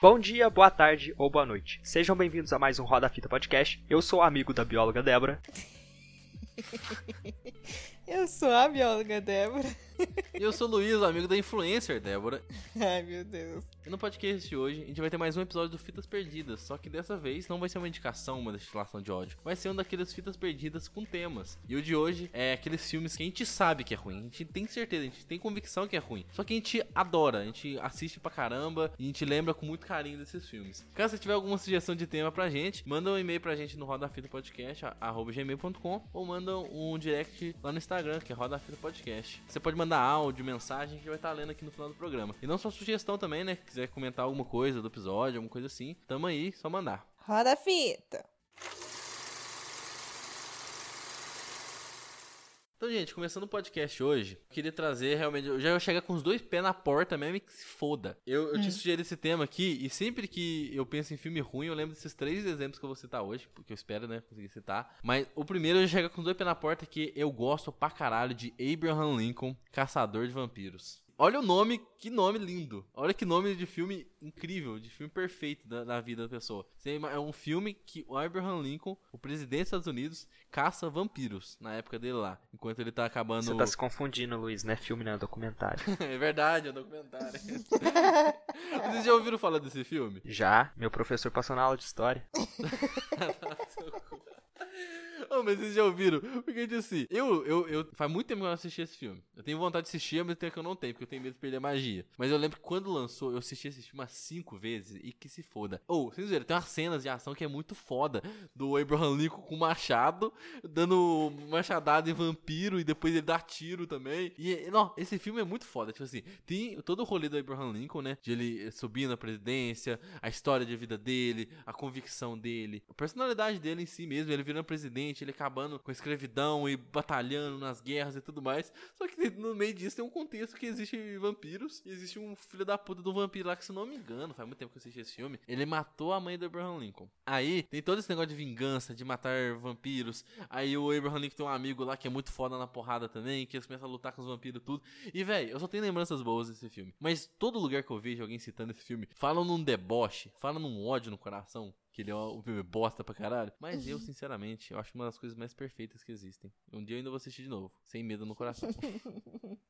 Bom dia, boa tarde ou boa noite. Sejam bem-vindos a mais um Roda Fita Podcast. Eu sou o amigo da bióloga Débora. Eu sou a bióloga Débora. E eu sou o Luiz, amigo da influencer Débora. Ai, meu Deus. E no podcast de hoje, a gente vai ter mais um episódio do Fitas Perdidas. Só que dessa vez não vai ser uma indicação, uma destilação de ódio. Vai ser um daqueles Fitas Perdidas com temas. E o de hoje é aqueles filmes que a gente sabe que é ruim. A gente tem certeza, a gente tem convicção que é ruim. Só que a gente adora, a gente assiste pra caramba e a gente lembra com muito carinho desses filmes. Caso você tiver alguma sugestão de tema pra gente, manda um e-mail pra gente no rodafitapodcast.gmail.com ou manda um direct lá no Instagram, que é Rodafita Podcast. Você pode mandar áudio, mensagem, que vai estar lendo aqui no final do programa. E não só sugestão também, né? Se quiser comentar alguma coisa do episódio, alguma coisa assim, tamo aí, só mandar. Roda a fita. Então, gente, começando o podcast hoje, eu queria trazer realmente. Eu já ia chegar com os dois pés na porta mesmo e que se foda. Eu, eu te sugeri esse tema aqui, e sempre que eu penso em filme ruim, eu lembro desses três exemplos que eu vou citar hoje, porque eu espero, né, conseguir citar. Mas o primeiro eu já chego com os dois pés na porta, que eu gosto pra caralho de Abraham Lincoln, Caçador de Vampiros. Olha o nome, que nome lindo. Olha que nome de filme incrível, de filme perfeito da, da vida da pessoa. Você ima- É um filme que o Abraham Lincoln, o presidente dos Estados Unidos, caça vampiros na época dele lá, enquanto ele tá acabando. Você tá se confundindo, Luiz, né? Filme não é documentário. É verdade, é um documentário. Vocês já ouviram falar desse filme? Já, meu professor passou na aula de história. Oh, mas vocês já ouviram? Porque tipo assim, eu, eu, eu faz muito tempo que eu não assisti esse filme. Eu tenho vontade de assistir, ao mesmo tempo que eu não tenho, porque eu tenho medo de perder a magia. Mas eu lembro que quando lançou, eu assisti esse filme umas cinco vezes e que se foda. Ou, vocês viram, tem umas cenas de ação que é muito foda. Do Abraham Lincoln com machado, dando machadada em vampiro e depois ele dá tiro também. E, não, esse filme é muito foda. Tipo assim, tem todo o rolê do Abraham Lincoln, né? De ele subir na presidência, a história de vida dele, a convicção dele, a personalidade dele em si mesmo, ele virando presidente, ele acabando com a escravidão e batalhando nas guerras e tudo mais. Só que no meio disso tem um contexto que existe vampiros e existe um filho da puta do vampiro lá que, se eu não me engano, faz muito tempo que eu assisti esse filme, ele matou a mãe do Abraham Lincoln. Aí tem todo esse negócio de vingança, de matar vampiros. Aí o Abraham Lincoln tem um amigo lá que é muito foda na porrada também, que eles começam a lutar com os vampiros e tudo. E, velho, eu só tenho lembranças boas desse filme. Mas todo lugar que eu vejo alguém citando esse filme, falam num deboche, falam num ódio no coração, que ele é um filme bosta pra caralho. Mas eu, sinceramente, eu acho uma das coisas mais perfeitas que existem. Um dia eu ainda vou assistir de novo, sem medo no coração.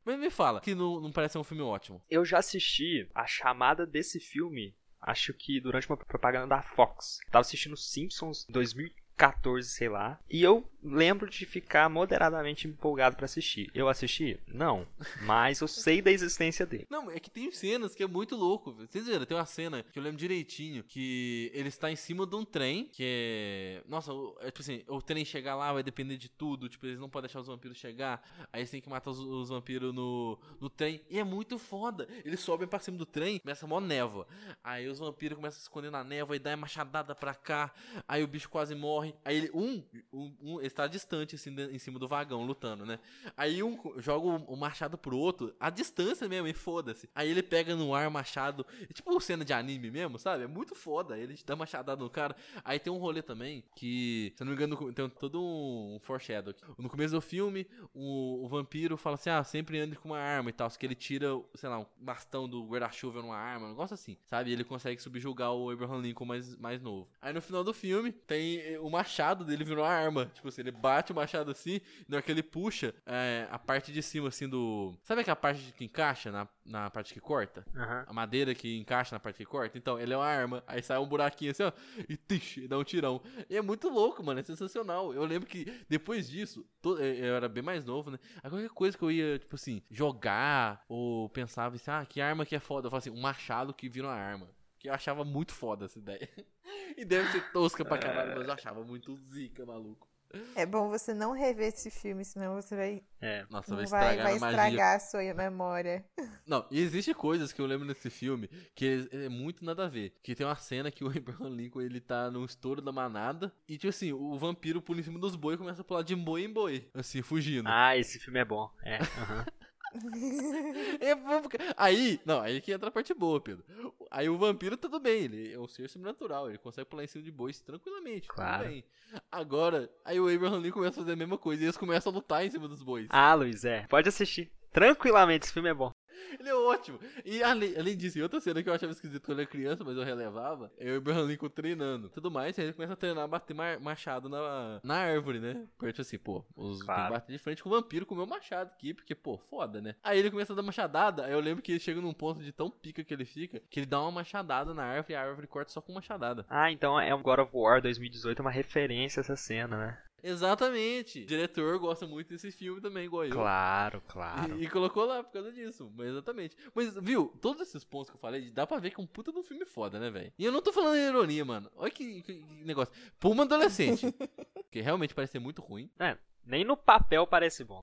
Mas me fala, que não, não parece ser um filme ótimo. Eu já assisti a chamada desse filme, acho que durante uma propaganda da Fox. Tava assistindo Simpsons em 2014, sei lá. E eu lembro de ficar moderadamente empolgado pra assistir. Eu assisti? Não. Mas eu sei da existência dele. Não, é que tem cenas que é muito louco. velho. Vocês viram? Tem uma cena que eu lembro direitinho que ele está em cima de um trem, que é. Nossa, o- é, tipo assim, o trem chegar lá vai depender de tudo. Tipo, eles não podem deixar os vampiros chegar. Aí eles têm que matar os, os vampiros no, no trem. E é muito foda. Eles sobem pra cima do trem, começa mó névoa. Aí os vampiros começam a se esconder na névoa e dá uma machadada pra cá. Aí o bicho quase morre. Aí ele, um, um, um ele está distante, assim, de- em cima do vagão, lutando, né? Aí um co- joga o o machado pro outro, a distância mesmo, e foda-se. Aí ele pega no ar o machado, é tipo cena de anime mesmo, sabe? É muito foda. Ele dá machadada no cara. Aí tem um rolê também que, se eu não me engano, co- tem todo um foreshadow. No começo do filme, o, o vampiro fala assim: ah, sempre ande com uma arma e tal. Só que ele tira, sei lá, um bastão do guarda-chuva numa arma, um negócio assim, sabe? E ele consegue subjugar o Abraham Lincoln mais, mais novo. Aí no final do filme, tem eh, o machado dele virou uma arma. Tipo assim, ele bate o machado assim, na hora que ele puxa é, a parte de cima, assim, do. Sabe aquela parte que encaixa na, na parte que corta? Aham. A madeira que encaixa na parte que corta? Então, ele é uma arma. Aí sai um buraquinho assim, ó. E tish, e dá um tirão. E é muito louco, mano. É sensacional. Eu lembro que depois disso, to- eu- eu era bem mais novo, né? Aí qualquer coisa que eu ia, tipo assim, jogar ou pensava assim, ah, que arma que é foda. Eu falava assim, um machado que vira uma arma. Que eu achava muito foda essa ideia. E deve ser tosca pra caralho, mas eu achava muito zica, maluco. É bom você não rever esse filme, senão você vai, É. Nossa, vai vai, estragar vai a magia. estragar a sua memória. Não, e existe coisas que eu lembro nesse filme que eles- é muito nada a ver. Que tem uma cena que o Abraham Lincoln ele tá no estouro da manada e, tipo assim, o vampiro pula em cima dos boi e começa a pular de boi em boi, assim, fugindo. Ah, esse filme é bom. É. aham. É bom porque- aí, não, aí que entra a parte boa, Pedro. Aí o vampiro, tudo bem, ele é um ser sobrenatural, ele consegue pular em cima de bois tranquilamente, Claro. tudo bem. Agora, aí o Abraham Lincoln começa a fazer a mesma coisa e eles começam a lutar em cima dos bois. Ah, Luiz, é. Pode assistir. Tranquilamente, esse filme é bom. Ele é ótimo. E além, além disso, em outra cena que eu achava esquisito quando eu era criança, mas eu relevava, eu e o Abraham Lincoln treinando. Tudo mais, aí ele começa a treinar bater ma- machado na, na árvore, né? Porque tipo assim, pô, os Claro. tem que bater de frente com o vampiro com o meu machado aqui, porque, pô, foda, né? Aí ele começa a dar machadada, aí eu lembro que ele chega num ponto de tão pica que ele fica, que ele dá uma machadada na árvore e a árvore corta só com machadada. Ah, então é um God of War 2018, uma referência a essa cena, né? Exatamente. O diretor gosta muito desse filme também, igual eu. Claro, E, e colocou lá por causa disso, mas exatamente. Mas, viu, todos esses pontos que eu falei, dá pra ver que é um puta de um filme foda, né, velho? E eu não tô falando em ironia, mano. Olha que, que- que negócio. Pra uma adolescente, que realmente parece ser muito ruim, Nem no papel parece bom.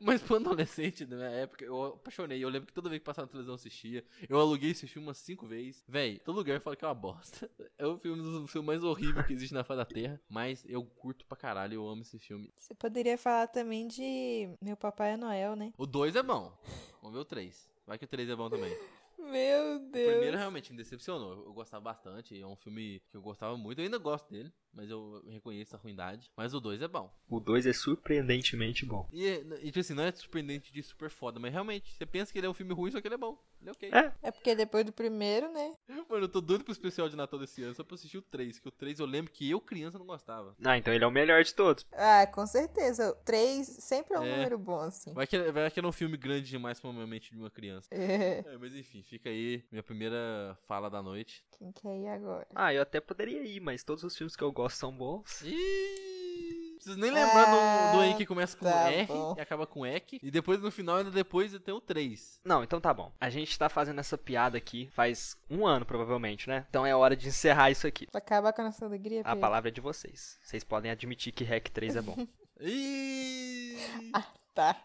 mas pra um adolescente, na minha época, eu apaixonei. Eu lembro que toda vez que passava na televisão eu assistia. Eu aluguei esse filme umas cinco vezes. Véi, todo lugar eu falo que é uma bosta. É o filme, dos- o filme mais horrível que existe na face da Terra, mas eu curto pra caralho, eu amo esse filme. Você poderia falar também de Meu Papai é Noel, né? O dois é bom. Vamos ver o três. Vai que o três é bom também. Meu O Deus. primeiro realmente me decepcionou. Eu eu gostava bastante. É um filme que eu gostava muito. Eu ainda gosto dele, mas eu reconheço a ruindade. Mas o 2 é bom. O 2 é surpreendentemente bom. E, é- e tipo assim, não é surpreendente de super foda, mas realmente, você pensa que ele é um filme ruim, só que ele é bom. Ele é ok. É. É porque depois do primeiro, né? Mano, eu tô doido pro especial de Natal desse ano, só pra assistir o 3, que o 3 eu lembro que eu, criança, não gostava. Ah, então ele é o melhor de todos. Ah, com certeza. O Três sempre é um É. número bom, assim. Vai que, vai que era um filme grande demais pra uma mente de uma criança. É. É, mas enfim, fica aí minha primeira fala da noite. Quem quer ir agora? Ah, eu até poderia ir, mas todos os filmes que eu gosto são bons. Ih, Vocês nem lembrar do, do aí que começa com tá R bom. e acaba com EC. E depois no final, ainda depois tem o 3. Não, então tá bom. A gente tá fazendo essa piada aqui faz um ano, provavelmente, né? Então é hora de encerrar isso aqui. Pra acabar com a nossa alegria, A Pedro. palavra é de vocês. Vocês podem admitir que Hack 3 é bom. Ih! Tá.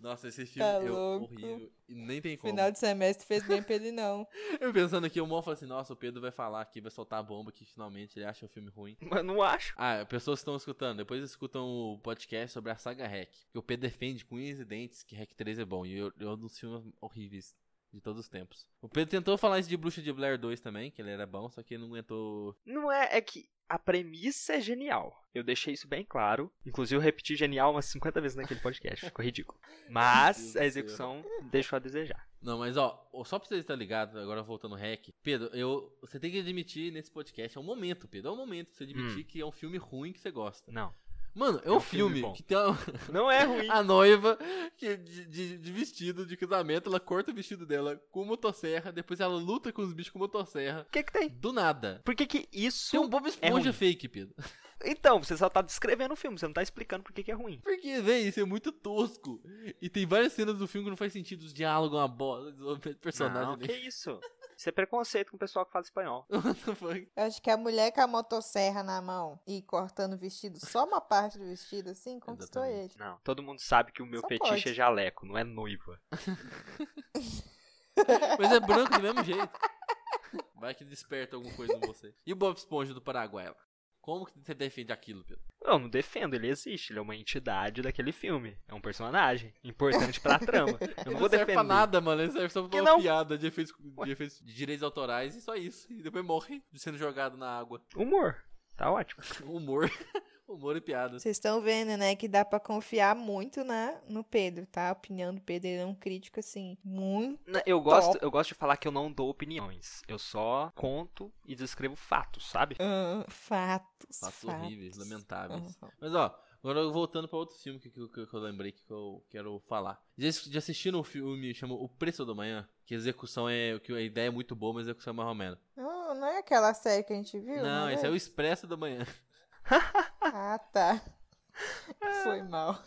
Nossa, esse filme Tá é louco. horrível. E nem tem como. Final de semestre fez bem pra ele, não. Eu pensando aqui, o Mon fala assim: nossa, o Pedro vai falar aqui, vai soltar a bomba que finalmente ele acha o filme ruim. Mas não acho. Ah, pessoas que estão escutando, depois escutam o podcast sobre a saga Hack. Que o Pedro defende com unhas e dentes que Hack 3 é bom. E eu, eu é um dos filmes horríveis de todos os tempos. O Pedro tentou falar isso de Bruxa de Blair 2 também, que ele era bom, só que ele não aguentou. Não é, é que a premissa é genial. Eu deixei isso bem claro. Inclusive, eu repeti genial umas 50 vezes naquele podcast. Ficou ridículo. Meu Deus do Mas céu. a execução deixou a desejar. Não, mas ó, ó, só pra você estar ligado, agora voltando ao Hack. Pedro, eu, você tem que admitir nesse podcast, é um momento, Pedro, é um momento pra você admitir Hum. que é um filme ruim que você gosta. Não. Mano, é, um, filme, bom. que tem uma, Não é ruim. A noiva que, de, de- de vestido, de casamento, ela corta o vestido dela com motosserra, depois ela luta com os bichos com motosserra. O que que tem? Do nada. Por que que isso... é Tem um Bob Esponja ruim. fake, Pedro. Então, você só tá descrevendo o filme. Você não tá explicando por que que é ruim. Porque, véi, isso é muito tosco. E tem várias cenas do filme que não faz sentido. Os diálogos, uma bola, o desenvolvimento do Não, personagem. que isso? Isso é preconceito com o pessoal que fala espanhol. What the fuck? Eu acho que a mulher com a motosserra na mão e cortando o vestido, só uma parte do vestido, assim, conquistou Exatamente. ele. Não, todo mundo sabe que o meu Só fetiche pode. é jaleco, não é noiva. Mas é branco do mesmo jeito. Vai que desperta alguma coisa em você. E o Bob Esponja do Paraguai? lá? Como que você defende aquilo, Pedro? Eu não defendo, ele existe, ele é uma entidade daquele filme. É um personagem importante pra trama. Eu Ele não não vou serve pra defender. nada, mano. Ele serve só pra Que uma não? piada de efeitos, Ué. de efeitos de direitos autorais e só isso. E depois morre sendo jogado na água. Humor. Tá ótimo. Humor. Humor e piadas. Vocês estão vendo, né, que dá pra confiar muito na, no Pedro, tá? A opinião do Pedro, ele é um crítico, assim, muito... Na- Eu gosto, eu gosto de falar que eu não dou opiniões. Eu só conto e descrevo fatos, sabe? ah, fatos, Fatos fatos. horríveis, lamentáveis. Aham. Mas ó, agora eu voltando pra outro filme que, que- que eu lembrei que eu quero falar. Já, ass- já assistiram um filme que chama O Preço do Manhã? Que a execução é. que A ideia é muito boa, mas a execução é mais ou menos. Não, não é aquela série que a gente viu? Não, esse é o Expresso da Manhã. Ah, tá. Foi mal.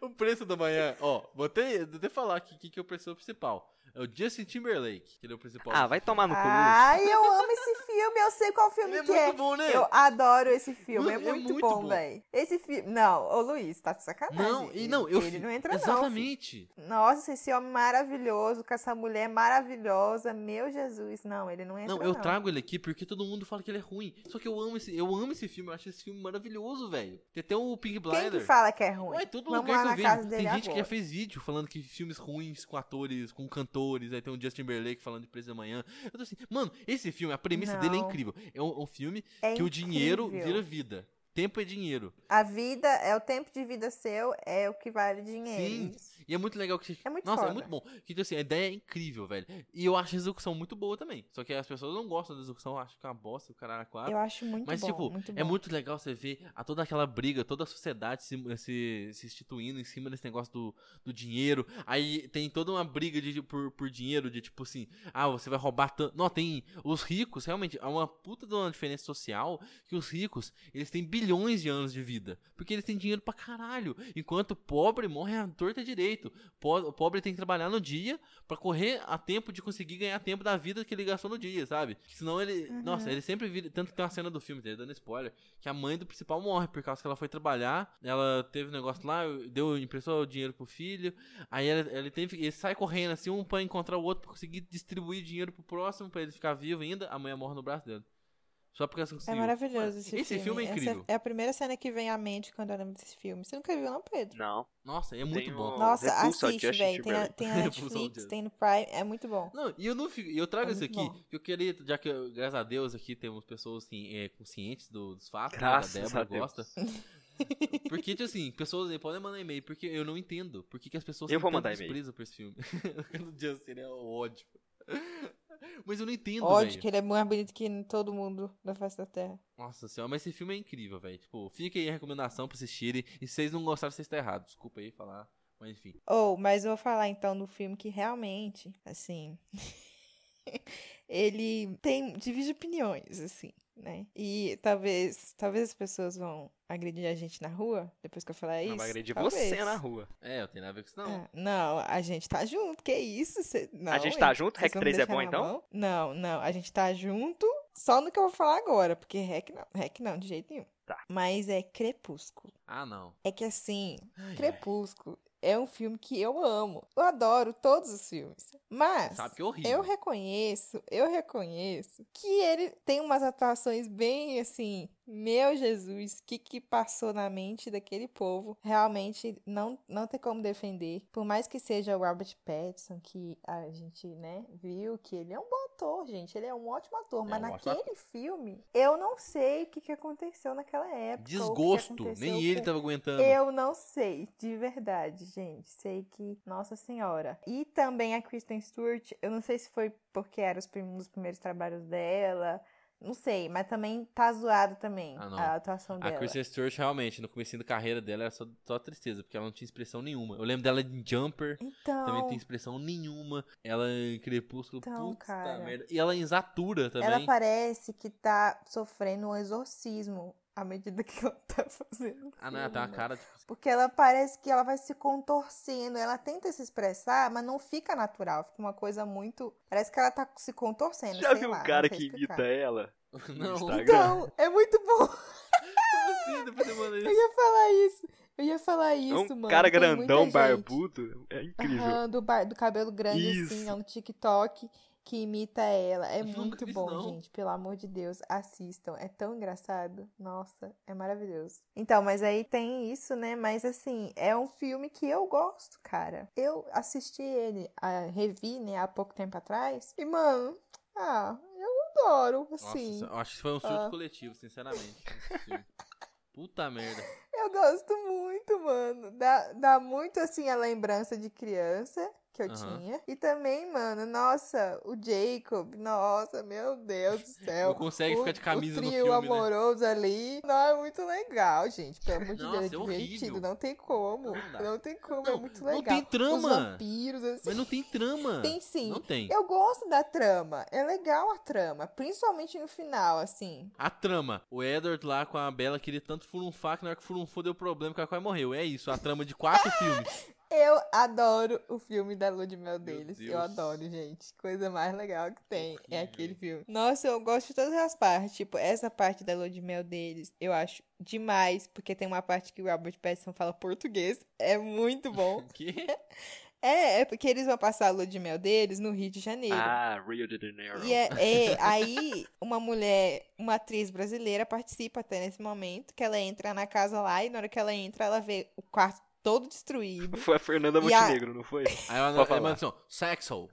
O preço da manhã, ó, botei, vou até falar aqui que, que é o preço principal. É o Justin Timberlake, que ele é o principal. Ah, vai tomar no cu. Lu. Ai, eu amo esse filme, eu sei qual filme Ele é que muito é. bom, né? Eu adoro esse filme, é Mano, é muito, muito bom. bom, velho. Esse filme. Não, ô Luiz, tá de sacanagem. Não, e não, eu Ele fi- não entra, não. fi. Exatamente. Nossa, esse homem é maravilhoso, com essa mulher maravilhosa, meu Jesus. Não, ele não entra. Não, eu trago ele aqui porque todo mundo fala que ele é ruim. Só que eu amo esse, eu amo esse filme, eu acho esse filme maravilhoso, velho. Tem até o Pink Quem Blinder. que fala que é ruim? Ué, todo Vamos lugar lá que na eu casa vejo, dele tem gente que agora. já fez vídeo falando que filmes ruins com atores, com cantores, aí tem o Justin Timberlake falando de Preço da Manhã. Eu tô assim, mano, esse filme, a premissa dele é Não. incrível. É um, um filme É que o dinheiro incrível. vira vida. Tempo é dinheiro. A vida, é o tempo de vida seu, é o que vale dinheiro. Sim. E é muito legal que. É muito Nossa, é foda. muito bom. Que, tipo assim, a ideia é incrível, velho. E eu acho a execução muito boa também. Só que as pessoas não gostam da execução, acham que é uma bosta, o caralho, é quatro. Eu acho muito Mas, bom. tipo, muito é bom. muito legal você ver a toda aquela briga, toda a sociedade se, se, se instituindo em cima desse negócio do, do dinheiro. Aí tem toda uma briga de, por, por dinheiro, de tipo assim, ah, você vai roubar tanto. Não, tem. Os ricos, realmente, há uma puta de uma diferença social que os ricos, eles têm bilhões de anos de vida. Porque eles têm dinheiro pra caralho. Enquanto o pobre morre à torta direito. Po- O pobre tem que trabalhar no dia pra correr a tempo de conseguir ganhar tempo da vida que ele gastou no dia, sabe? Senão ele. Nossa, ele sempre vira. Tanto que tem uma cena do filme, tá? dando spoiler, que a mãe do principal morre por causa que ela foi trabalhar, ela teve um negócio lá, deu, emprestou o dinheiro pro filho, aí ela, ele, teve, ele sai correndo assim, um pra encontrar o outro pra conseguir distribuir dinheiro pro próximo, pra ele ficar vivo ainda, a mulher morre no braço dele. Só porque ela conseguiu. É maravilhoso esse, Esse filme é Essa incrível. é a primeira cena que vem à mente quando eu lembro desse filme. Você nunca viu, não, Pedro? Não. Nossa, é muito Tem bom. o- Nossa, Repulsa ao assiste, Justin velho. Tem, na- Timberlake. tem na Repulsa ao Netflix, Justin. tem no Prime. É muito bom. um Não, e eu não fico- e eu trago É isso muito aqui, bom. que eu queria, já que, graças a Deus, aqui temos pessoas assim, é, conscientes do- dos fatos, né, Graças da a Débora Deus. gosta. Porque, tipo assim, pessoas aí podem mandar e-mail, porque eu não entendo. Por que que as pessoas Eu têm vou tanta mandar e-mail. desprezo por esse filme? no Justin é o ódio. Mas eu não entendo, Ódio, velho. que ele é mais bonito que todo mundo da face da Terra. Nossa senhora, mas esse filme é incrível, velho. Tipo, fica aí a recomendação pra assistirem. E se vocês não gostaram, vocês estão errados. Desculpa aí falar. Mas enfim. Ou, Oh, mas eu vou falar então do filme que realmente, assim. ele tem. divide opiniões, assim, né? E talvez. Talvez as pessoas vão agredir a gente na rua, depois que eu falar isso. Não vai agredir Talvez. você na rua. É, eu tenho nada a ver com isso, não. Ah, não, a gente tá junto, que isso? cê- não, a gente tá hein? junto? Rec Vocês vão me 3 é deixar bom na então? mão? Não, não, a gente tá junto só no que eu vou falar agora, porque REC não, REC não, de jeito nenhum. Tá. Mas é Crepúsculo. Ah, não. É que assim, Ai, ai. Crepúsculo é um filme que eu amo. Eu adoro todos os filmes. Mas Sabe que é horrível. eu reconheço, eu reconheço que ele tem umas atuações bem assim, meu Jesus, o que que passou na mente daquele povo? Realmente não não tem como defender. Por mais que seja o Robert Pattinson que a gente, né, viu que ele é um bom ator, gente, ele é um ótimo ator, mas um ótimo naquele filme eu não sei o que que aconteceu naquela época. Desgosto. o que aconteceu Nem ele com- tava aguentando. eu não sei, de verdade, gente. Sei que, nossa senhora. E também a Kristen Stewart, eu não sei se foi porque era os prim- um dos primeiros trabalhos dela, não sei, mas também tá zoado também Ah, não. a atuação A dela. Kristen Stewart, realmente, no começo da carreira dela, era só, só tristeza, porque ela não tinha expressão nenhuma. Eu lembro dela em Jumper, também não Então, tem expressão nenhuma. Ela em Crepúsculo, Então, puta cara. merda. E ela em Zatura ela também. parece que tá sofrendo um exorcismo à medida que ela tá fazendo. Ah, não, ela tem uma filme. cara, tipo, Porque ela parece que ela vai se contorcendo. Ela tenta se expressar, mas não fica natural. Fica uma coisa muito. Parece que ela tá se contorcendo. Já sei viu lá, um não cara sei que explicar. imita ela? É não, Instagram. Então, é muito bom. como assim? Depois você manda Eu isso. ia falar isso. Eu ia falar É isso, um mano. cara Tem grandão, muita gente. barbudo. É incrível. Aham, do, bar- do cabelo grande, assim, Isso. ó, no TikTok, que imita ela. É Nunca muito vi isso, bom, não. gente. Pelo amor de Deus, assistam. É tão engraçado. Nossa, é maravilhoso. Então, mas aí tem isso, né? Mas assim, é um filme que eu gosto, cara. Eu assisti ele, a, revi, né, há pouco tempo atrás. E, mano, ah, eu adoro, Nossa, assim. eu acho que foi um surto Ah. coletivo, sinceramente. esse filme. Puta merda. Eu gosto muito, mano. Dá, dá muito, assim, a lembrança de criança que eu Aham. tinha. E também, mano, nossa, o Jacob, nossa, meu Deus do céu. Não consegue O- ficar de camisa o no trio filme, né? amoroso ali. Não, é muito legal, gente. Pelo amor de Nossa, Deus, é é horrível. divertido. Não tem como. Não dá. Não, tem como, é Não, muito não legal. tem trama. Os vampiros, assim. Mas não tem trama. Tem sim. Não tem. Eu gosto da trama. É legal a trama. Principalmente no final, assim. A trama. O Edward lá com a Bella queria tanto furunfar que na hora que furunfou deu problema que ela quase morreu. É isso, a trama de quatro filmes. Eu adoro o filme da Lua de Mel deles. Eu Deus. adoro, gente. Coisa mais legal que tem é Horrível. aquele filme. Nossa, eu gosto de todas as partes. Tipo, essa parte da Lua de Mel deles, eu acho demais. Porque tem uma parte que o Robert Pattinson fala português. É muito bom. Que? é, é porque eles vão passar a Lua de Mel deles no Rio de Janeiro. Ah, Rio de Janeiro. E é, é, aí uma mulher, uma atriz brasileira participa até nesse momento, que ela entra na casa lá e na hora que ela entra, ela vê o quarto todo destruído. Foi a Fernanda é- E a- Montenegro, não foi? Aí ela, Pode ela falar. manda assim, ó, sexo.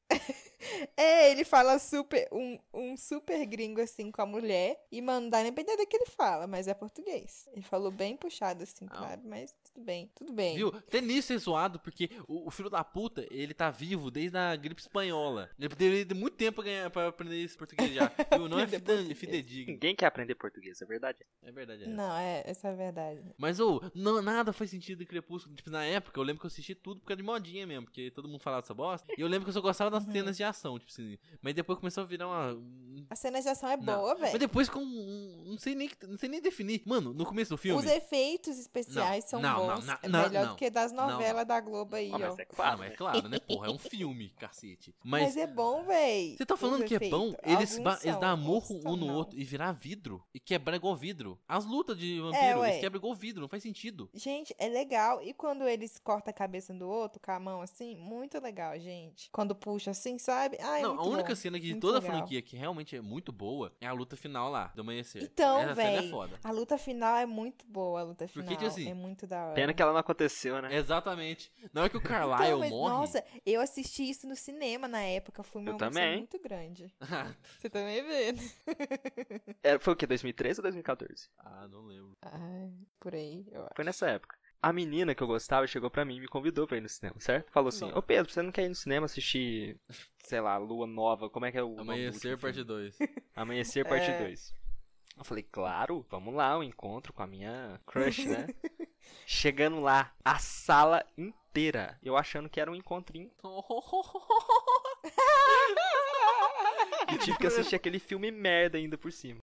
É, ele fala super um, um super gringo assim com a mulher e mano, não dá nem pra entender o que ele fala, mas é português. Ele falou bem puxado assim, Não. claro, mas tudo bem, tudo bem. Ah. Viu? Até nisso é zoado, porque o, o filho da puta, ele tá vivo desde a gripe espanhola. Ele poderia ter muito tempo pra, ganhar, pra aprender esse português já. Viu? Não é Aprender fide- português. fidedigno. Ninguém quer aprender português, é verdade. É verdade, é. Não, é, essa é a verdade. Mas, ou, não nada faz sentido em Crepúsculo. Tipo, na época, eu lembro que eu assisti tudo por causa de modinha mesmo, porque todo mundo falava dessa bosta. E eu lembro que eu só gostava das Uhum. cenas de ação, tipo assim. Mas depois começou a virar uma. um- A cena de ação é Não. boa, Mas velho. depois com. um- Não sei nem, não sei nem definir. Mano, no começo do filme. Os efeitos especiais são não, não, bons. não, é não, melhor não. do que das Não, novelas não. da Globo aí, Ah, ó. mas é Ah, claro, mas né? é claro, né? Porra, é um filme, cacete. Mas. Mas é bom, véi. Você tá os falando que é bom efeitos. eles, Alguns ba- eles são, dar outros morro um são no não. outro e virar vidro e quebrar igual vidro. As lutas de vampiro, eles É, ué. quebram igual vidro, não faz sentido. Gente, é legal. E quando eles cortam a cabeça um do outro com a mão assim, muito legal, gente. Quando puxa assim, sabe? Ah, é não, muito a única bom. cena que de muito toda a legal. franquia que realmente é muito boa é a luta final lá, do amanhecer. Então, Essa cena é véi, foda. A luta final é muito boa, a luta Porque, final. tipo assim, é muito da hora. Pena que ela não aconteceu, né? Exatamente. Na hora que o Carlyle Então, mas, morre. Nossa, eu assisti isso no cinema na época. Foi uma Eu emoção também. muito grande. Você também vê? né? Era- É, foi o quê? 2013 ou 2014? ah, não lembro. Ai, por aí, eu acho. Foi nessa época. A menina que eu gostava chegou pra mim e me convidou pra ir no cinema, certo? Falou assim: Não. Ô Pedro, você não quer ir no cinema assistir, sei lá, Lua Nova? Como é que é o. nome do Amanhecer, último parte filme? 2. Amanhecer, parte É. 2. Eu falei: Claro, vamos lá, o encontro com a minha crush, né? Chegando lá, a sala inteira, eu achando que era um encontrinho. E tive que assistir aquele filme merda ainda por cima.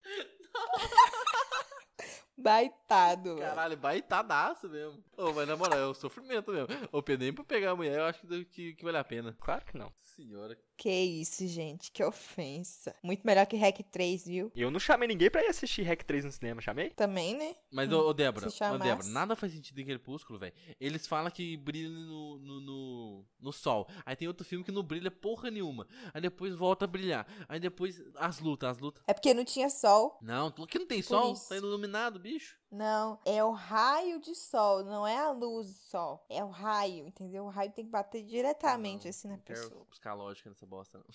Baitado. velho. Caralho, baitadaço mesmo. Ô, mas na moral, é um sofrimento mesmo. Ô, Pedro, nem pra pegar a mulher, eu acho que, que, que vale a pena. Claro que não. Senhora. Que isso, gente. Que ofensa. Muito melhor que Hack 3, viu? E eu não chamei ninguém pra ir assistir Hack 3 no cinema, chamei? Também, né? Mas, ô, ô, Débora, se chamasse- ô, Débora, nada faz sentido em Crepúsculo, velho. Eles falam que brilha no, no, no, no sol. Aí tem outro filme que não brilha porra nenhuma. Aí depois volta a brilhar. Aí depois as lutas, as lutas. É porque não tinha sol. Não, que não tem sol, isso. tá iluminado, bicho. Não, é o raio de sol, não é a luz do sol. É o raio, entendeu? O raio tem que bater diretamente Não, assim na Ah, não quero pessoa. buscar lógica nessa bosta, não.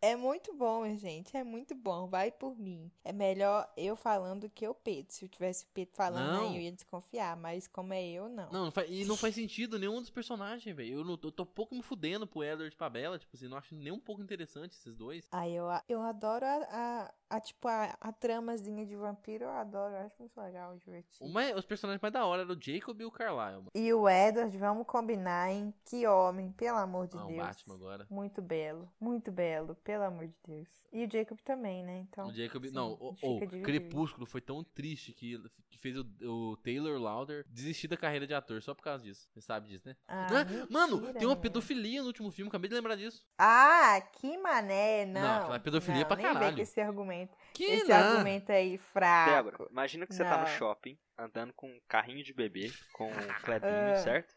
É muito bom, gente. É muito bom. Vai por mim. É melhor eu falando que o Pedro. Se eu tivesse o Pedro falando, Não. aí eu ia desconfiar. Mas como é eu, não. Não, não faz, e não faz sentido nenhum dos personagens, velho. Eu, não- eu tô um pouco me fudendo pro Edward e pra Bella, tipo assim, não acho nem um pouco interessante esses dois. Aí eu, eu adoro a, a, a, tipo, a, a tramazinha de vampiro. Eu adoro. Eu acho muito legal, divertido. O mais- os personagens mais da hora eram o Jacob e o Carlyle, mano. E o Edward, vamos combinar, hein? Que homem, pelo amor de Ah, o Deus. Batman agora. Muito belo, muito belo, pelo amor de Deus. E o Jacob também, né? Então. O Jacob. assim, Não, o, fica o dividido. Crepúsculo foi tão triste que, que fez o, o Taylor Lauder desistir da carreira de ator só por causa disso. Você sabe disso, né? Ah, Não é? Mano, mentira, tem uma né? pedofilia no último filme, acabei de lembrar disso. Ah, que mané, não. aquela pedofilia é não, pra nem vem com caralho. esse argumento. Que esse não. argumento aí, fraco. Débora, imagina que você tá no Não. shopping, andando com um carrinho de bebê, com o Clebinho, Ah. certo?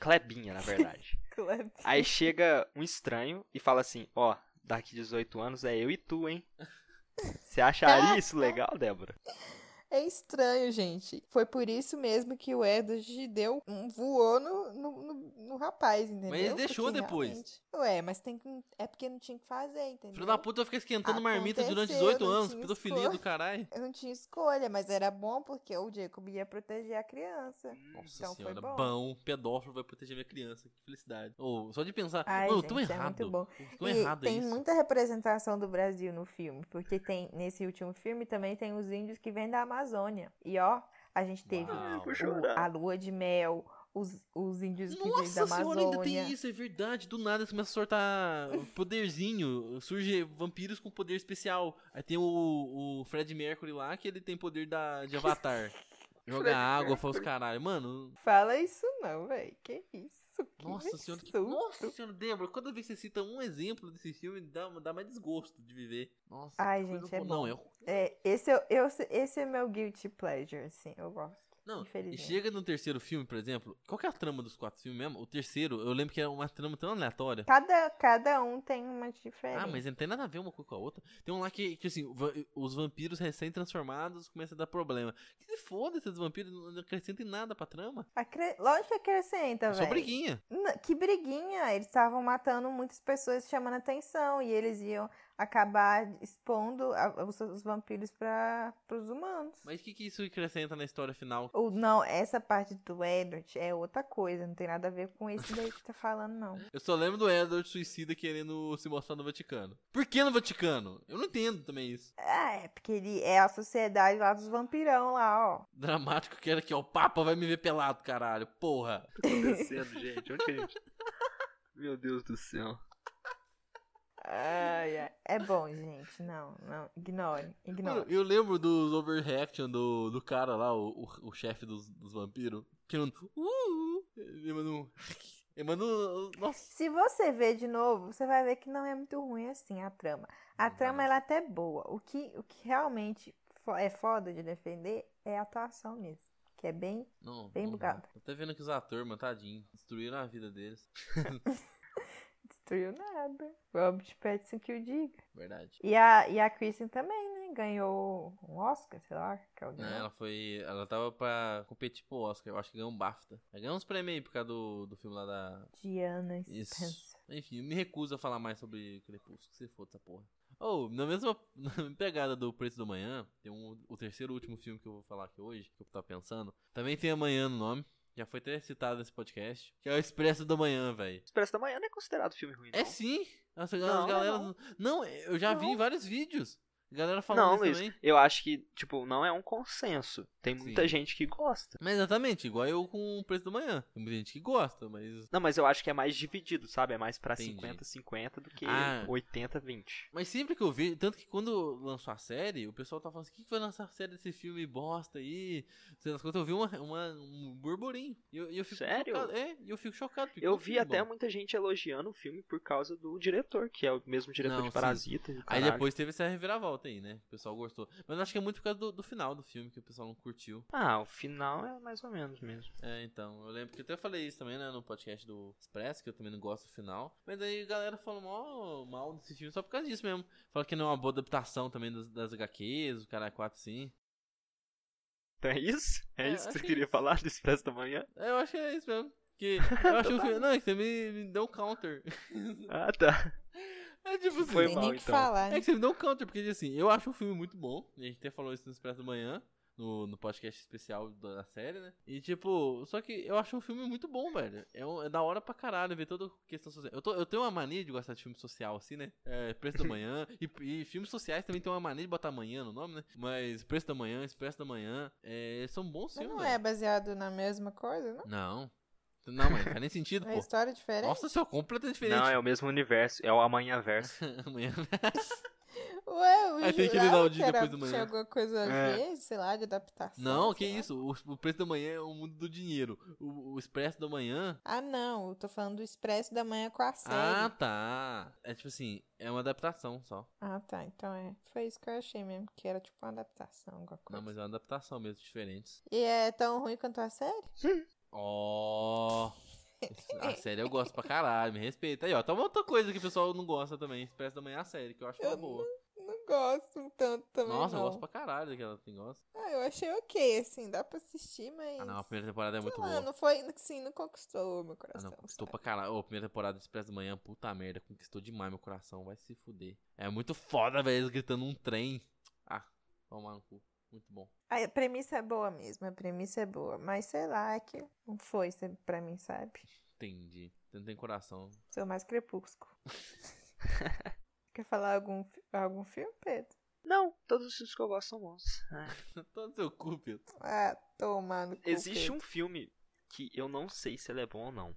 Clebinha, na verdade. Clube. Aí chega um estranho e fala assim, ó, daqui 18 anos é eu e tu, hein? Você acharia isso legal, Débora? É estranho, gente. Foi por isso mesmo que o Edward deu um voou no, no, no- no rapaz, entendeu? ele deixou Porque depois. realmente- Ué, mas tem que, é porque não tinha o que fazer, entendeu? Filho da puta vai ficar esquentando marmita durante Aconteceu, 18 não anos. tinha Pedofilia escolha. do caralho. Eu não tinha escolha, mas era bom porque o Jacob ia proteger a criança. Nossa Então foi senhora, bom. bom, pedófilo vai proteger minha criança. Que felicidade. Ou só de pensar, Ai, mano, eu tô gente, é errado. muito bom. Eu tô E errado é tem isso. muita representação do Brasil no filme, porque tem nesse último filme também tem os índios que vêm da Amazônia. E ó, a gente teve Uau. o- a lua de mel, os, os índios que vêm da Nossa senhora, ainda tem Amazônia. isso, é verdade. Do nada eles começam a soltar poderzinho. Surge vampiros com poder especial. Aí tem o, o Fred Mercury lá, que ele tem poder da, de avatar. Joga Fred água, fala os caralho. Mano, Fala isso não, velho. Que isso? Que nossa senhora. que- absurdo. Nossa senhora, Débora, cada vez que você cita um exemplo desse filme, dá, dá mais desgosto de viver. Nossa, Ai, que coisa gente, é horror- bom. Não, é É, esse, é, eu, esse é meu guilty pleasure, assim, eu gosto. Não, e Infelizmente. chega no terceiro filme, por exemplo, qual que é a trama dos quatro filmes mesmo? O terceiro, eu lembro que era uma trama tão aleatória. Cada, cada um tem uma diferença. Ah, mas não tem nada a ver uma coisa com a outra. Tem um lá que, que assim, va- os vampiros recém-transformados começam a dar problema. Que se foda esses vampiros, não não acrescentam em nada pra trama. Acre- Lógico que acrescenta, É velho. só briguinha. N- Que briguinha! Eles estavam matando muitas pessoas, chamando atenção, e eles iam acabar expondo a- os, os vampiros para os humanos. Mas o que, que isso acrescenta na história final? Ou não, essa parte do Edward é outra coisa, não tem nada a ver com esse daí que tá falando, não. Eu só lembro do Edward suicida querendo se mostrar no Vaticano. Por que no Vaticano? Eu não entendo também isso. Ah, é porque ele é a sociedade lá dos vampirão lá, ó. Dramático que era que, ó, o Papa vai me ver pelado, caralho. Porra. tá acontecendo, gente? Onde que a gente. tá? Meu Deus do céu. Ai, ai. É bom, gente. Não, não. Ignore. Mano, Ignore. eu lembro dos overreaction do, do cara lá, o, o, o chefe dos, dos vampiros. Que não. Uh, uh, ele manda um. Ele manda um. Nossa. Se você ver de novo, você vai ver que não é muito ruim assim a trama. A Não, trama não. ela é até boa. O que, o que realmente fo- é foda de defender é a atuação mesmo. Que é bem. Não, Bem não dá. bugado. Tô até vendo que os atores, mano, tadinho. Destruíram a vida deles. Destruiu nada. Robert Pattinson que o diga. Verdade. E a, e a Kristen também, né? Ganhou um Oscar, sei lá. Que é ela Não, ganhou. Né, É, ela foi. Ela tava pra competir pro Oscar. Eu acho que ganhou um BAFTA. Ela ganhou uns prêmios aí por causa do, do filme lá da. Diana Isso. Spencer. Enfim, eu me recuso a falar mais sobre Crepúsculo. Que se foda essa porra. Ou, na mesma na mesma pegada do Preço do Manhã, tem um, o terceiro e último filme que eu vou falar aqui hoje, que eu tava pensando. Também tem Amanhã no nome. Já foi até citado nesse podcast. Que é o Expresso do Manhã, velho. Expresso da Manhã não é considerado filme ruim, não. É sim! As, as Não, galera. não. Não, eu já vi Não. em vários vídeos. A galera falando Não, isso Luiz, também. eu acho que, tipo, não é um consenso. Tem muita Sim. gente que gosta. Mas exatamente, igual eu com o Preço do Manhã. Tem muita gente que gosta, mas. Não, mas eu acho que é mais dividido, sabe? É mais pra Entendi. 50-50 do que Ah. 80-20. Mas sempre que eu vejo, tanto que quando lançou a série, o pessoal tava falando assim, "Que que vai lançar a série desse filme bosta aí? Não sei das quantas, eu vi uma, uma- um burburinho. E eu, e eu fico Sério? Chocado, é, e eu fico chocado. porque Eu é um vi filme até bom. muita gente elogiando o filme por causa do diretor, que é o mesmo diretor Não, de sim. Parasita. e o Aí caralho. depois teve essa reviravolta aí, né? que O pessoal gostou. Mas eu acho que é muito por causa do, do final do filme que o pessoal não curtiu. Ah, o final é mais ou menos mesmo. É, então, eu lembro que eu até falei isso também, né, no podcast do Express, que eu também não gosto do final. Mas aí a galera falou mal, mal desse filme só por causa disso mesmo. Fala que não é uma boa adaptação também das, das HQs, o cara 4 sim. Então é isso? É, É, isso que acho você que queria é isso. falar do Expresso da Manhã? É, eu acho que é isso mesmo. Que eu acho que o filme. Não, é que você me, me deu um counter. Ah, tá. É tipo assim. Foi Tem mal, nem o que então. falar. né? É que você me deu um counter, porque assim, eu acho o filme muito bom. A gente até falou isso no Expresso da Manhã, no, no podcast especial da da série, né? E tipo, só que eu acho um filme muito bom, velho. É, um- é da hora pra caralho ver toda a questão social. Eu, tô- eu tenho uma mania de gostar de filme social, assim, né? É, Preço da Manhã. e, e filmes sociais também tem uma mania de botar manhã no nome, né? Mas Preço da Manhã, Expresso da Manhã, é, são bons Mas filmes. não velho. é baseado na mesma coisa, não? Não. Não, mas não faz nem sentido, É uma pô. história diferente. Nossa, isso é completamente diferente. Não, é o mesmo universo. É o Amanhã Verso. Amanhã. Ué, o Aí tem que jurava dar o dia que era- depois do manhã. Tinha alguma coisa a É. ver, sei lá, de adaptação. Não, que sei lá. isso. O, o preço da manhã é o mundo do dinheiro. O, o expresso da manhã. Ah, não, eu tô falando do Expresso da Manhã com a série. Ah, Ah, tá. É tipo assim, é uma adaptação só. tá, então é. Foi isso que eu achei mesmo, que era tipo uma adaptação, alguma coisa. Não, mas é uma adaptação mesmo, diferentes. E é tão ruim quanto a série? Ó. Oh, a série eu gosto pra caralho, me respeita. Aí, ó, tá uma outra coisa que o pessoal não gosta também. Expresso da manhã é a série, que eu acho uma Eu boa. Não gosto tanto também. Nossa, não. eu gosto pra caralho daquela que gosta. Ah, eu achei ok, assim, dá pra assistir, mas. Ah, não, a primeira temporada é muito sei lá, boa. não foi, assim, não conquistou o meu Ah, não, coração. conquistou sabe? pra caralho. Ô, primeira temporada do Expresso da Manhã, puta merda, conquistou demais meu coração, vai se fuder. É muito foda, velho, eles gritando um trem. Ah, toma no cu. Muito bom. Aí, A premissa é boa mesmo, a premissa é boa, mas sei lá, é que não foi sabe, pra mim, sabe? Entendi. Você não tem coração. Sou mais crepúsculo. Quer falar algum, fi- algum filme, Pedro? Não, todos os filmes que eu gosto são bons. Ah. Todo seu cu, Pedro. Ah, toma no cu, Existe Pedro. um filme que eu não sei se ele é bom ou não.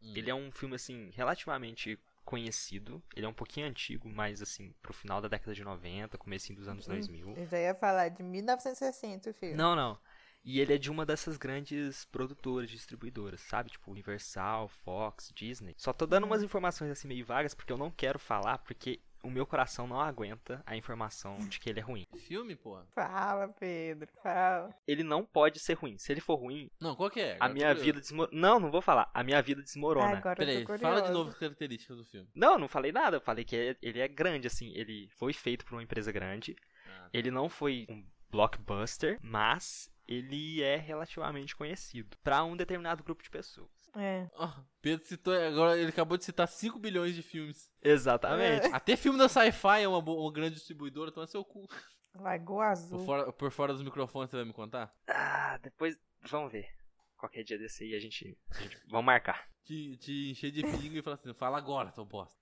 Hum. Ele é um filme, assim, relativamente conhecido. Ele é um pouquinho antigo, mas, assim, pro final da década de 90, comecinho dos anos Hum. 2000. Eu já ia falar de 1960 o filme. Não, não. E ele é de uma dessas grandes produtoras, distribuidoras, sabe? Tipo Hum. Universal, Fox, Disney. Só tô dando umas informações assim meio vagas porque eu não quero falar, porque o meu coração não aguenta a informação Hum. de que ele é ruim. Filme, porra. Fala, Pedro, fala. Ele não pode ser ruim. Se ele for ruim, Não, qual que é? a Agora eu tô minha curioso. vida é desmorona. Não, não vou falar. A minha vida desmorona. Agora eu Peraí, tô curiosa. fala de novo as características do filme. Não, eu não falei nada. Eu falei que é- ele é grande, assim. Ele foi feito por uma empresa grande. Ah, tá. Ele não foi um blockbuster, mas ele é relativamente conhecido pra um determinado grupo de pessoas. É. Ó, Pedro citou, agora ele acabou de citar 5 bilhões de filmes. Exatamente. Até filme da Sci-Fi é uma, boa- uma grande distribuidora, então é seu Uhum. cu. Lagoa Por Azul. fora, por fora dos microfones, você vai me contar? Ah, depois. Vamos ver. Qualquer dia desse aí a gente. A gente vamos marcar. Te, te encher de pinga e falar assim, fala agora, seu bosta.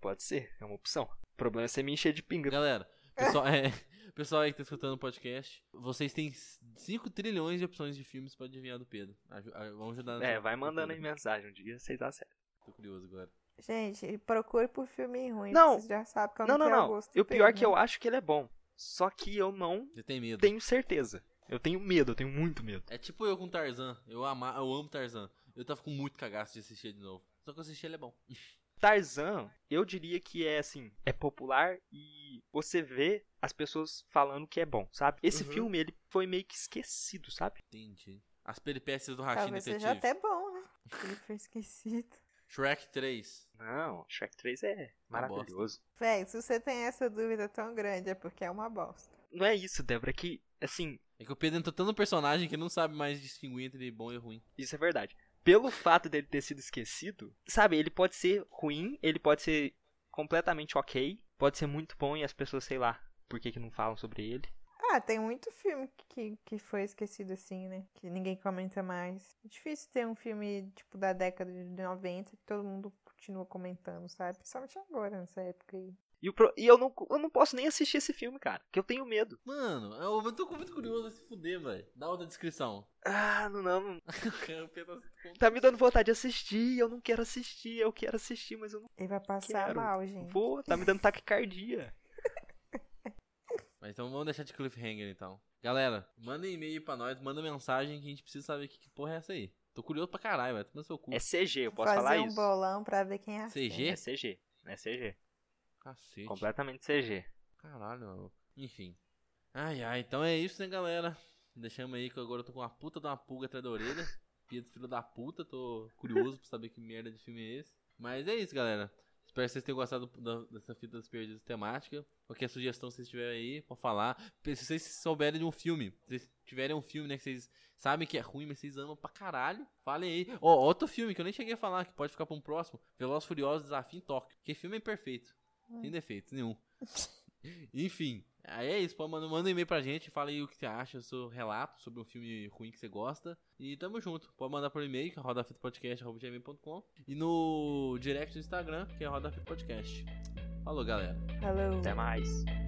Pode ser, é uma opção. O problema é você me encher de pinga. Galera, pessoal, é, pessoal aí que tá escutando o podcast, vocês têm 5 trilhões de opções de filmes pra adivinhar do Pedro. Aju- a- Vamos ajudar. É, nessa- vai mandando aí procura. mensagem um dia, vocês dá certo. Tô curioso agora. Gente, procure por filme ruim. Não. Vocês já sabem como Então Não, que não, é o não. gosto E o do pior é Pedro, que eu né? acho que ele é bom. Só que eu não Você tem medo. tenho certeza. Eu tenho medo, eu tenho muito medo. É tipo eu com Tarzan. Eu, ama, eu amo Tarzan. Eu tava com muito cagaço de assistir de novo. Só que eu assisti ele é bom. Tarzan, eu diria que é assim, é popular e você vê as pessoas falando que é bom, sabe? Esse Uhum. filme, ele foi meio que esquecido, sabe? Entendi. As peripécias do Rashid Talvez Detetive. seja até bom, né? Ele foi esquecido. Shrek 3. Não, Shrek 3 é maravilhoso. Véi, se você tem essa dúvida tão grande, é porque é uma bosta. Não é isso, Débora, que, assim, É que o Pedro entrou tanto no personagem que não sabe mais distinguir entre bom e ruim. isso é verdade. Pelo fato dele ter sido esquecido, sabe, ele pode ser ruim, ele pode ser completamente ok, pode ser muito bom e as pessoas, sei lá, por que, que não falam sobre ele. Ah, tem muito filme que, que foi esquecido assim, né? Que ninguém comenta mais. É difícil ter um filme, tipo, da década de 90 que todo mundo continua comentando, sabe? Principalmente agora, nessa época aí. E, o pro- e eu, não, eu não posso nem assistir esse filme, cara, que eu tenho medo. Mano, eu eu tô muito curioso vai se fuder, velho. Dá outra descrição. Ah, não, não, o Pedro Tá me dando vontade de assistir, eu não quero assistir, eu quero assistir, mas eu não Ele vai passar Quero. mal, gente. vou. Tá me dando taquicardia. Mas então vamos deixar de cliffhanger então. Galera, manda e-mail pra nós, manda mensagem que a gente precisa saber que, que porra é essa aí. Tô curioso pra caralho, vai tomar seu cu. É CG, eu posso Fazer falar um isso? bolão pra ver quem é. É CG? CG, é CG. Cacete. Completamente CG. Caralho, mano. Enfim. Ai, ai, então é isso, né, galera? Deixamos aí que agora eu tô com uma puta de uma pulga atrás da orelha. Pedro, filho da puta, tô curioso pra saber que merda de filme é esse. Mas é isso, galera. Espero que vocês tenham gostado da- dessa fita das perdidas temática. Qualquer sugestão que vocês tiverem aí, pode falar. Se vocês souberem de um filme, se vocês tiverem um filme, né, que vocês sabem que é ruim, mas vocês amam pra caralho, falem aí. Ó, outro filme que eu nem cheguei a falar, que pode ficar pra um próximo. Velozes Furiosos, Desafio em Tóquio. Que filme é imperfeito. Sem defeitos nenhum. Enfim, aí é isso. Pô, manda, manda um e-mail pra gente, fala aí o que você acha, seu relato sobre um filme ruim que você gosta. E tamo junto. Pode mandar por e-mail, que é rodafitopodcast.com e no direct do Instagram, que é rodafitopodcast. Falou, galera. Falou. Até mais.